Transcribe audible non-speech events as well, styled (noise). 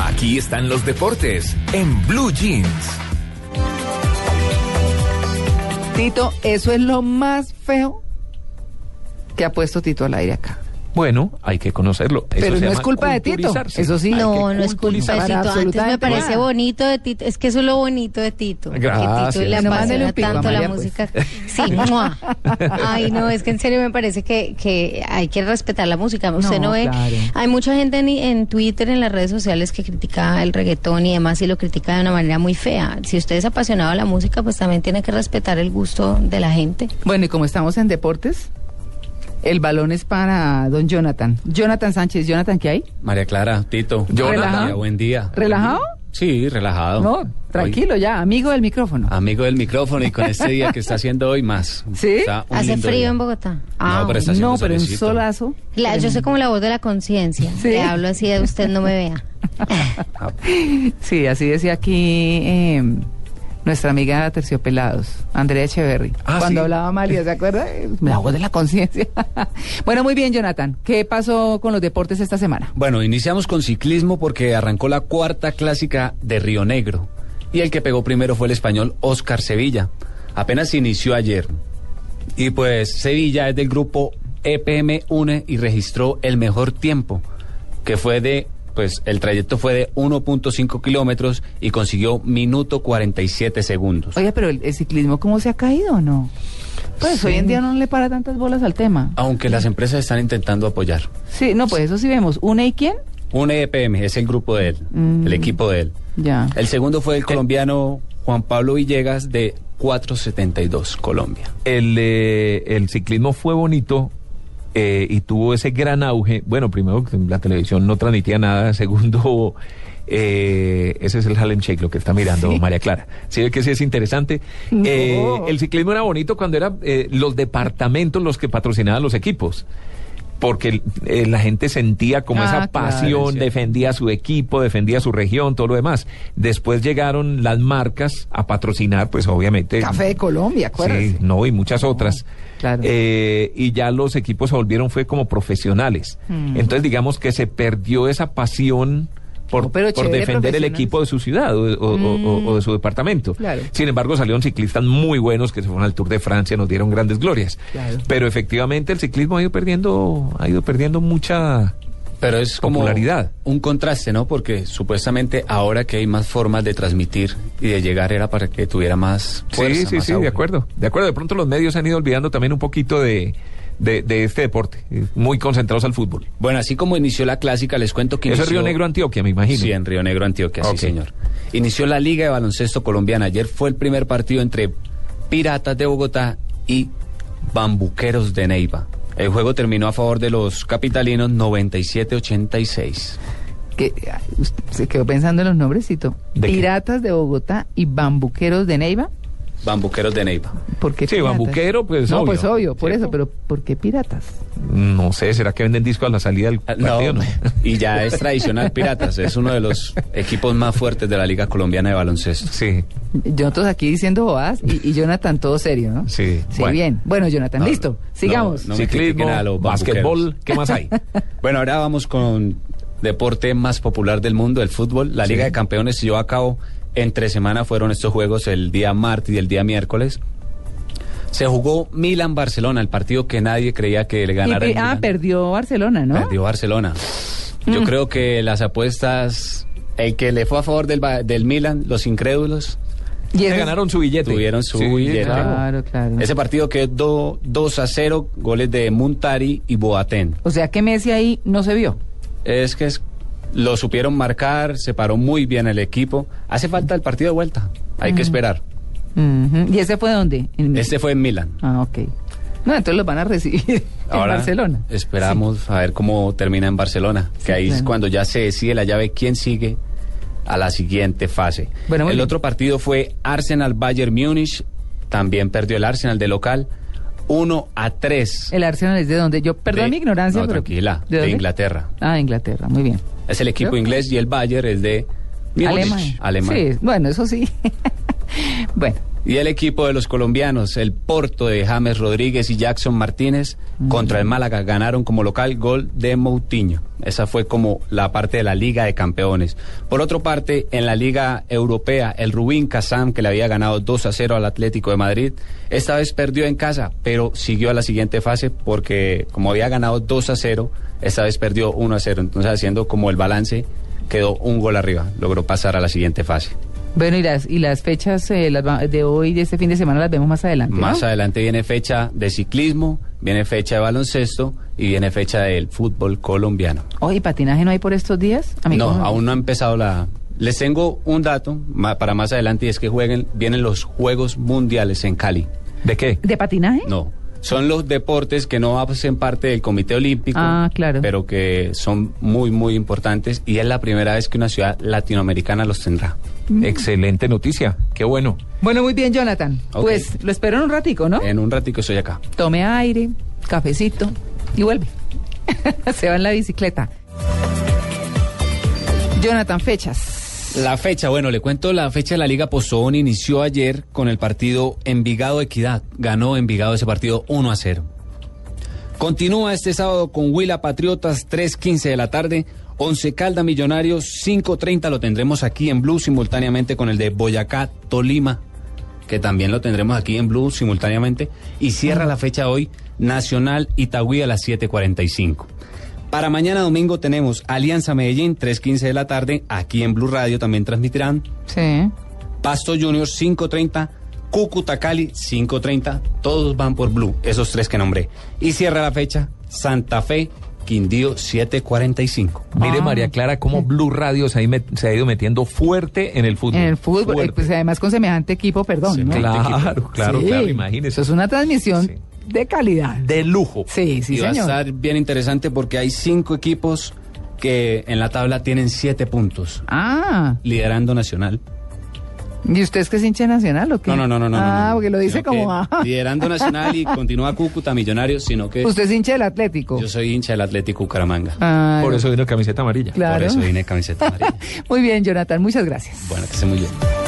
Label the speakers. Speaker 1: Aquí están los deportes en Blue Jeans.
Speaker 2: Tito, eso es lo más feo que ha puesto Tito al aire acá.
Speaker 3: Bueno, hay que conocerlo. Eso
Speaker 2: Pero
Speaker 3: se
Speaker 2: no es
Speaker 3: llama
Speaker 2: culpa de Tito.
Speaker 3: culturizarse.
Speaker 2: Eso sí.
Speaker 3: Hay que
Speaker 4: No, no es culpa de
Speaker 3: culturizarse.
Speaker 2: Para
Speaker 4: Tito. Antes me
Speaker 2: absolutamente
Speaker 4: parece
Speaker 2: nada.
Speaker 4: bonito de Tito. Es que eso es lo bonito de Tito. Que
Speaker 3: Gracias.
Speaker 4: Tito le
Speaker 2: Bueno, mándale
Speaker 4: apasiona
Speaker 2: un pico a
Speaker 4: tanto la
Speaker 2: María, pues.
Speaker 4: música. Sí, ¡mua! Ay, no, es que en serio me parece que, que hay que respetar la música. Usted
Speaker 2: No,
Speaker 4: no, ve.
Speaker 2: claro.
Speaker 4: Hay mucha gente en, en Twitter, en las redes sociales, que critica el reggaetón y demás y lo critica de una manera muy fea. Si usted es apasionado a la música, pues también tiene que respetar el gusto de la gente.
Speaker 2: Bueno, y como estamos en deportes, el balón es para don Jonathan. Jonathan Sánchez, Jonathan, ¿qué hay?
Speaker 5: María Clara, Tito,
Speaker 2: ¿Relajado?
Speaker 5: buen día, buen día.
Speaker 2: ¿Relajado?
Speaker 5: Sí, relajado.
Speaker 2: No, tranquilo ya, amigo del micrófono.
Speaker 5: Hoy, amigo del micrófono y con este día que está haciendo hoy más.
Speaker 2: (laughs) ¿Sí?
Speaker 5: Está Ah, un
Speaker 4: Hace
Speaker 5: lindo
Speaker 4: frío
Speaker 5: día.
Speaker 4: en Bogotá. Ah,
Speaker 5: No, pero está haciendo
Speaker 2: no, pero un
Speaker 5: solecito.
Speaker 2: solazo. (laughs)
Speaker 4: La- yo soy como la voz de la conciencia.
Speaker 2: Sí.
Speaker 4: Le hablo así de usted no me vea.
Speaker 2: Sí, así decía aquí eh, nuestra amiga Terciopelados, Andrea Echeverry.
Speaker 3: Ah,
Speaker 2: cuando
Speaker 3: sí.
Speaker 2: hablaba María, ¿se acuerda? Eh, La voz de la conciencia. (laughs) bueno, muy bien, Jonathan. ¿Qué pasó con los deportes esta semana?
Speaker 5: Bueno, iniciamos con ciclismo porque arrancó la cuarta clásica de Río Negro. Y el que pegó primero fue el español Oscar Sevilla. Apenas inició ayer. Y pues Sevilla es del grupo EPM UNE y registró el mejor tiempo, que fue de, pues el trayecto fue de 1.5 kilómetros y consiguió minuto 47 segundos.
Speaker 2: Oye, pero el, el ciclismo, ¿cómo se ha caído o no? Pues hoy en día no le para tantas bolas al tema.
Speaker 3: Ah.
Speaker 5: Aunque las empresas están intentando apoyar.
Speaker 2: Sí, no, pues eso sí vemos. ¿Una y quién?
Speaker 5: UNE EPM es el grupo de él,
Speaker 2: Mm.
Speaker 5: el equipo de él.
Speaker 2: Ya.
Speaker 5: El segundo fue el colombiano Juan Pablo Villegas de 472 Colombia.
Speaker 3: El, eh, el ciclismo fue bonito eh, y tuvo ese gran auge. Bueno, primero, que la televisión no transmitía nada. (laughs) Segundo, eh, ese es el Harlem Shake, lo que está mirando María Clara. Sí, ve que sí es interesante.
Speaker 2: No.
Speaker 3: Eh, el ciclismo era bonito cuando eran eh, los departamentos los que patrocinaban los equipos. Porque eh, la gente sentía como
Speaker 2: Ah,
Speaker 3: esa
Speaker 2: claro,
Speaker 3: pasión,
Speaker 5: sí.
Speaker 3: defendía a su equipo, defendía a su región, todo lo demás. Después llegaron las marcas a patrocinar, pues obviamente.
Speaker 2: Café de Colombia, acuérdese.
Speaker 3: Sí, no, y muchas otras.
Speaker 2: claro.
Speaker 3: Eh, y ya los equipos se volvieron fue como profesionales.
Speaker 2: Mm.
Speaker 3: Entonces digamos que se perdió esa pasión por,
Speaker 2: No, pero
Speaker 3: por
Speaker 2: chévere,
Speaker 3: defender el
Speaker 2: profesionales. Mm.
Speaker 3: equipo de su ciudad o, o- o- o de su departamento.
Speaker 2: Claro.
Speaker 3: Sin embargo, salieron ciclistas muy buenos que se fueron al Tour de Francia, nos dieron grandes glorias.
Speaker 2: Claro.
Speaker 3: Pero efectivamente el ciclismo ha ido perdiendo, ha ido perdiendo mucha
Speaker 5: Pero es como
Speaker 3: Popularidad.
Speaker 5: un contraste, ¿no? Porque supuestamente ahora que hay más formas de transmitir y de llegar era para que tuviera más fuerza.
Speaker 3: sí, sí,
Speaker 5: más
Speaker 3: sí,
Speaker 5: auge.
Speaker 3: de acuerdo. De acuerdo, de pronto los medios han ido olvidando también un poquito de, de, de este deporte, eh, muy concentrados al fútbol.
Speaker 5: Bueno, así como inició la clásica, les cuento que
Speaker 3: Eso es
Speaker 5: inició-
Speaker 3: Río Negro, Antioquia, me imagino.
Speaker 5: Sí, en Río Negro, Antioquia,
Speaker 3: Ok.
Speaker 5: sí, señor. Inició la Liga de Baloncesto Colombiana. Ayer fue el primer partido entre Piratas de Bogotá y Bambuqueros de Neiva. El juego terminó a favor de los capitalinos 97-86.
Speaker 2: que ay, usted se quedó pensando en los nombrecitos.
Speaker 3: ¿De qué?
Speaker 2: Piratas de Bogotá y Bambuqueros de Neiva.
Speaker 5: Bambuqueros de Neiva.
Speaker 2: ¿Por qué
Speaker 3: Sí,
Speaker 2: piratas?
Speaker 3: bambuquero, pues,
Speaker 2: No,
Speaker 3: obvio.
Speaker 2: pues obvio, por
Speaker 3: Sí.
Speaker 2: eso, pero ¿por qué piratas?
Speaker 3: No sé, ¿será que venden disco a la salida del
Speaker 5: Ah,
Speaker 3: partido? No. (laughs)
Speaker 5: Y ya es tradicional Piratas. Es uno de los equipos más fuertes de la Liga Colombiana de Baloncesto.
Speaker 3: Sí,
Speaker 2: Nosotros aquí diciendo bobadas y, y Jonathan todo serio, ¿no?
Speaker 3: Sí,
Speaker 2: Sí,
Speaker 3: bueno.
Speaker 2: bien. Bueno, Jonathan,
Speaker 5: No,
Speaker 2: listo.
Speaker 5: no,
Speaker 2: Sigamos.
Speaker 5: no. me
Speaker 3: ciclismo,
Speaker 5: critiquen a los
Speaker 3: básquetbol,
Speaker 5: bambuqueros.
Speaker 3: ¿qué más hay?
Speaker 5: Bueno, ahora vamos con deporte más popular del mundo, el fútbol. La Liga
Speaker 3: Sí.
Speaker 5: de Campeones se llevó a cabo entre semana, fueron estos juegos el día martes y el día miércoles. Se jugó Milan-Barcelona, el partido que nadie creía que le ganara.
Speaker 2: Y-
Speaker 5: el
Speaker 2: y- ah,
Speaker 5: Milan.
Speaker 2: perdió Barcelona, ¿no? Mm.
Speaker 5: Perdió Barcelona. Yo creo que las apuestas, el que le fue a favor del, Ba- del Milan, los incrédulos,
Speaker 2: (laughs) Y
Speaker 3: Se
Speaker 2: eso-
Speaker 3: ganaron su billete.
Speaker 5: tuvieron su
Speaker 3: Sí,
Speaker 5: billete. Ah.
Speaker 2: Claro, claro.
Speaker 5: Ese partido quedó 2 a 0, goles de Muntari y Boateng.
Speaker 2: O sea que Messi ahí no se vio.
Speaker 5: Es que es- lo supieron marcar, se paró muy bien el equipo. Hace falta el partido de vuelta, hay
Speaker 2: Mm.
Speaker 5: que esperar.
Speaker 2: Ujú. ¿Y ese fue dónde? En-
Speaker 5: Este fue en Milan.
Speaker 2: Ah, ok. No, entonces los van a recibir (laughs) en Barcelona.
Speaker 5: Esperamos a ver cómo termina en Barcelona, que ahí es
Speaker 2: claro.
Speaker 5: cuando ya se decide la llave quién sigue a la siguiente fase.
Speaker 2: Bueno, muy
Speaker 5: el
Speaker 2: bien.
Speaker 5: otro partido fue Arsenal Bayern Múnich, también perdió el Arsenal de local 1 a 3.
Speaker 2: El Arsenal es de donde. Yo, perdón
Speaker 5: De-
Speaker 2: mi ignorancia,
Speaker 5: no,
Speaker 2: pero.
Speaker 5: tranquila, de
Speaker 2: dónde?
Speaker 5: Inglaterra.
Speaker 2: Ah, Inglaterra, muy bien.
Speaker 5: Es el equipo
Speaker 2: ¿Yo?
Speaker 5: inglés y el Bayern es de Múnich,
Speaker 2: Alemán.
Speaker 5: Alemán.
Speaker 2: Sí, (laughs) bueno, eso sí. bueno,
Speaker 5: Y el equipo de los colombianos, el Porto de James Rodríguez y Jackson Martínez contra el Málaga, ganaron como local gol de Moutinho. Esa fue como la parte de la Liga de Campeones. Por otra parte, en la Liga Europea, el Rubín Kazam, que le había ganado 2 a 0 al Atlético de Madrid, esta vez perdió en casa, pero siguió a la siguiente fase porque como había ganado 2 a 0, esta vez perdió 1 a 0. Entonces, haciendo como el balance, quedó un gol arriba. Logró pasar a la siguiente fase.
Speaker 2: Bueno, y las, y las fechas eh, las va- de hoy, de este fin de semana, las vemos más adelante. ¿no?
Speaker 5: Más adelante viene fecha de ciclismo, viene fecha de baloncesto y viene fecha del fútbol colombiano.
Speaker 2: Oye, ¿y ¿patinaje no hay por estos días?
Speaker 5: No,
Speaker 2: Amigo,
Speaker 5: aún no ha empezado la... Les tengo un dato ma- para más adelante y es que jueguen, vienen los Juegos Mundiales en Cali.
Speaker 3: ¿De qué?
Speaker 2: ¿De patinaje?
Speaker 5: No, son los deportes que no hacen parte del Comité Olímpico,
Speaker 2: Ah, claro.
Speaker 5: pero que son muy, muy importantes y es la primera vez que una ciudad latinoamericana los tendrá.
Speaker 3: Excelente noticia. Qué bueno.
Speaker 2: Bueno, muy bien, Jonathan.
Speaker 5: Ok.
Speaker 2: Pues lo espero en un ratico, ¿no?
Speaker 5: En un ratico estoy acá.
Speaker 2: Tome aire, cafecito y vuelve. (laughs) Se va en la bicicleta. Jonathan, fechas.
Speaker 5: La fecha, bueno, le cuento la fecha de la Liga Pozón inició ayer con el partido Envigado Equidad. Ganó Envigado ese partido 1 a 0. Continúa este sábado con Huila Patriotas 3:15 de la tarde, Once Calda Millonarios 5:30 lo tendremos aquí en Blue simultáneamente con el de Boyacá Tolima, que también lo tendremos aquí en Blue simultáneamente y cierra la fecha hoy Nacional Itagüí a las 7:45. Para mañana domingo tenemos Alianza Medellín 3:15 de la tarde, aquí en Blue Radio también transmitirán
Speaker 2: Sí.
Speaker 5: Pasto Junior 5.30, Cúcuta Cali 5.30, todos van por Blue, esos tres que nombré. Y cierra la fecha, Santa Fe, Quindío 7.45.
Speaker 3: Mire,
Speaker 2: Ah.
Speaker 3: María Clara, cómo Blue Radio se ha, ido met- se ha ido metiendo fuerte en el fútbol.
Speaker 2: En el fútbol, eh,
Speaker 3: Fuerte.
Speaker 2: pues además con semejante equipo, perdón. ¿no?
Speaker 3: Claro, claro,
Speaker 2: Sí.
Speaker 3: claro, imagínese.
Speaker 2: Eso es una transmisión
Speaker 3: Sí.
Speaker 2: de calidad.
Speaker 3: De lujo.
Speaker 2: Sí, sí,
Speaker 5: y va
Speaker 2: señor.
Speaker 5: a estar bien interesante porque hay cinco equipos que en la tabla tienen siete puntos,
Speaker 2: Ah,
Speaker 5: liderando Nacional.
Speaker 2: ¿y usted es que es hincha nacional o qué?
Speaker 5: No, no, no, no. no, no,
Speaker 2: Ah,
Speaker 5: no.
Speaker 2: porque lo dice
Speaker 5: Sino
Speaker 2: como.
Speaker 5: que
Speaker 2: ah.
Speaker 5: Liderando Nacional
Speaker 2: (laughs)
Speaker 5: y continúa Cúcuta Millonarios, sino que
Speaker 2: Usted es hincha del Atlético.
Speaker 5: yo soy hincha del Atlético Bucaramanga.
Speaker 2: Ah,
Speaker 3: Por eso vino camiseta amarilla.
Speaker 2: Claro. (laughs)
Speaker 5: Por eso vine de camiseta amarilla.
Speaker 2: Muy bien, Jonathan, muchas gracias.
Speaker 5: Bueno, que esté muy bien.